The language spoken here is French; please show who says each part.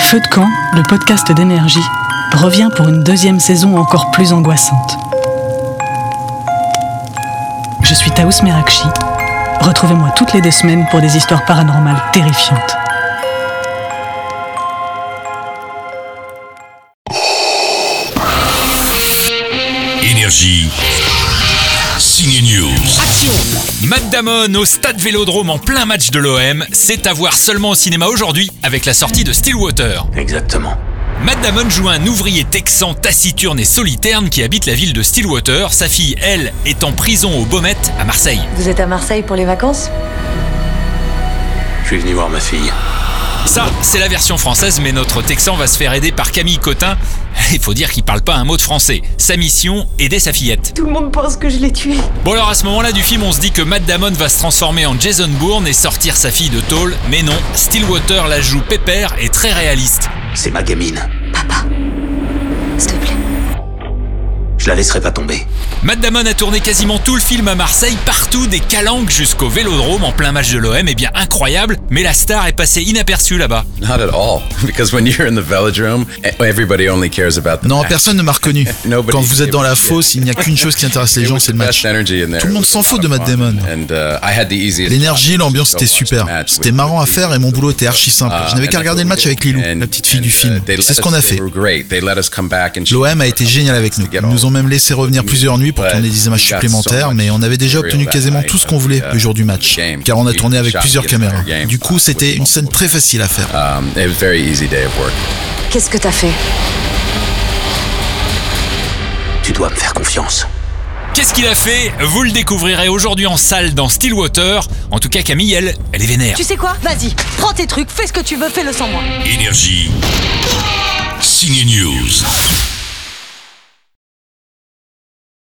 Speaker 1: Feu de camp, le podcast d'énergie, revient pour une deuxième saison encore plus angoissante. Je suis Taous Merakchi. Retrouvez-moi toutes les deux semaines pour des histoires paranormales terrifiantes.
Speaker 2: Énergie. Signe News.
Speaker 3: Matt Damon au stade Vélodrome en plein match de l'OM, c'est à voir seulement au cinéma aujourd'hui avec la sortie de Stillwater.
Speaker 4: Exactement.
Speaker 3: Matt Damon joue un ouvrier texan taciturne et soliterne qui habite la ville de Stillwater. Sa fille, elle, est en prison au Baumette à Marseille.
Speaker 5: Vous êtes à Marseille pour les vacances
Speaker 4: Je suis venu voir ma fille.
Speaker 3: Ça, c'est la version française, mais notre texan va se faire aider par Camille Cotin. Il faut dire qu'il parle pas un mot de français. Sa mission, aider sa fillette.
Speaker 6: Tout le monde pense que je l'ai tué.
Speaker 3: Bon alors à ce moment-là du film, on se dit que Matt Damon va se transformer en Jason Bourne et sortir sa fille de tôle, mais non, Stillwater la joue pépère et très réaliste.
Speaker 4: C'est ma gamine.
Speaker 5: Papa, s'il te plaît.
Speaker 4: Je la laisserai pas tomber.
Speaker 3: Matt Damon a tourné quasiment tout le film à Marseille, partout des calanques jusqu'au Vélodrome en plein match de l'OM, et bien incroyable, mais la star est passée inaperçue là-bas.
Speaker 7: Not at all, because when you're in the velodrome, everybody only cares about the
Speaker 8: Non,
Speaker 7: match.
Speaker 8: personne ne m'a reconnu.
Speaker 7: Nobody
Speaker 8: Quand vous êtes dans la
Speaker 7: gives a
Speaker 8: fosse, il n'y a qu'une chose qui intéresse les
Speaker 7: It
Speaker 8: gens,
Speaker 7: was
Speaker 8: c'est
Speaker 7: the
Speaker 8: le
Speaker 7: best
Speaker 8: match.
Speaker 7: energy in there.
Speaker 8: Tout le monde
Speaker 7: It was
Speaker 8: s'en
Speaker 7: a
Speaker 8: fout
Speaker 7: lot
Speaker 8: de
Speaker 7: of
Speaker 8: Matt
Speaker 7: fun.
Speaker 8: Damon.
Speaker 7: And, uh, I had the easiest
Speaker 8: L'énergie,
Speaker 7: time
Speaker 8: l'ambiance
Speaker 7: to
Speaker 8: était
Speaker 7: watch the
Speaker 8: super.
Speaker 7: match
Speaker 8: C'était
Speaker 7: with
Speaker 8: marrant à
Speaker 7: the
Speaker 8: faire et mon boulot était archi simple.
Speaker 7: Uh,
Speaker 8: Je n'avais
Speaker 7: and
Speaker 8: qu'à regarder le match avec Lilou,
Speaker 7: and-
Speaker 8: la petite fille
Speaker 7: and,
Speaker 8: du film.
Speaker 7: uh, they let
Speaker 8: C'est ce
Speaker 7: us-
Speaker 8: qu'on a
Speaker 7: they
Speaker 8: fait.
Speaker 7: were great. They let us come back and-
Speaker 8: L'OM a été génial avec nous. Ils nous ont même laissé revenir plusieurs nuits pour tourner des images supplémentaires, mais on avait déjà obtenu quasiment tout ce qu'on
Speaker 7: uh,
Speaker 8: voulait le jour du match, car on a tourné avec plusieurs caméras. Du coup, c'était une scène très facile à faire.
Speaker 7: Um, it was a very easy day of work.
Speaker 5: Qu'est-ce que t'as fait
Speaker 4: Tu dois me faire confiance.
Speaker 3: Qu'est-ce qu'il a fait Vous le découvrirez aujourd'hui en salle dans Stillwater. En tout cas, Camille, elle, elle est vénère.
Speaker 5: Tu sais quoi Vas-y, prends tes trucs, fais ce que tu veux, fais-le sans moi.
Speaker 2: Énergie. Signe News.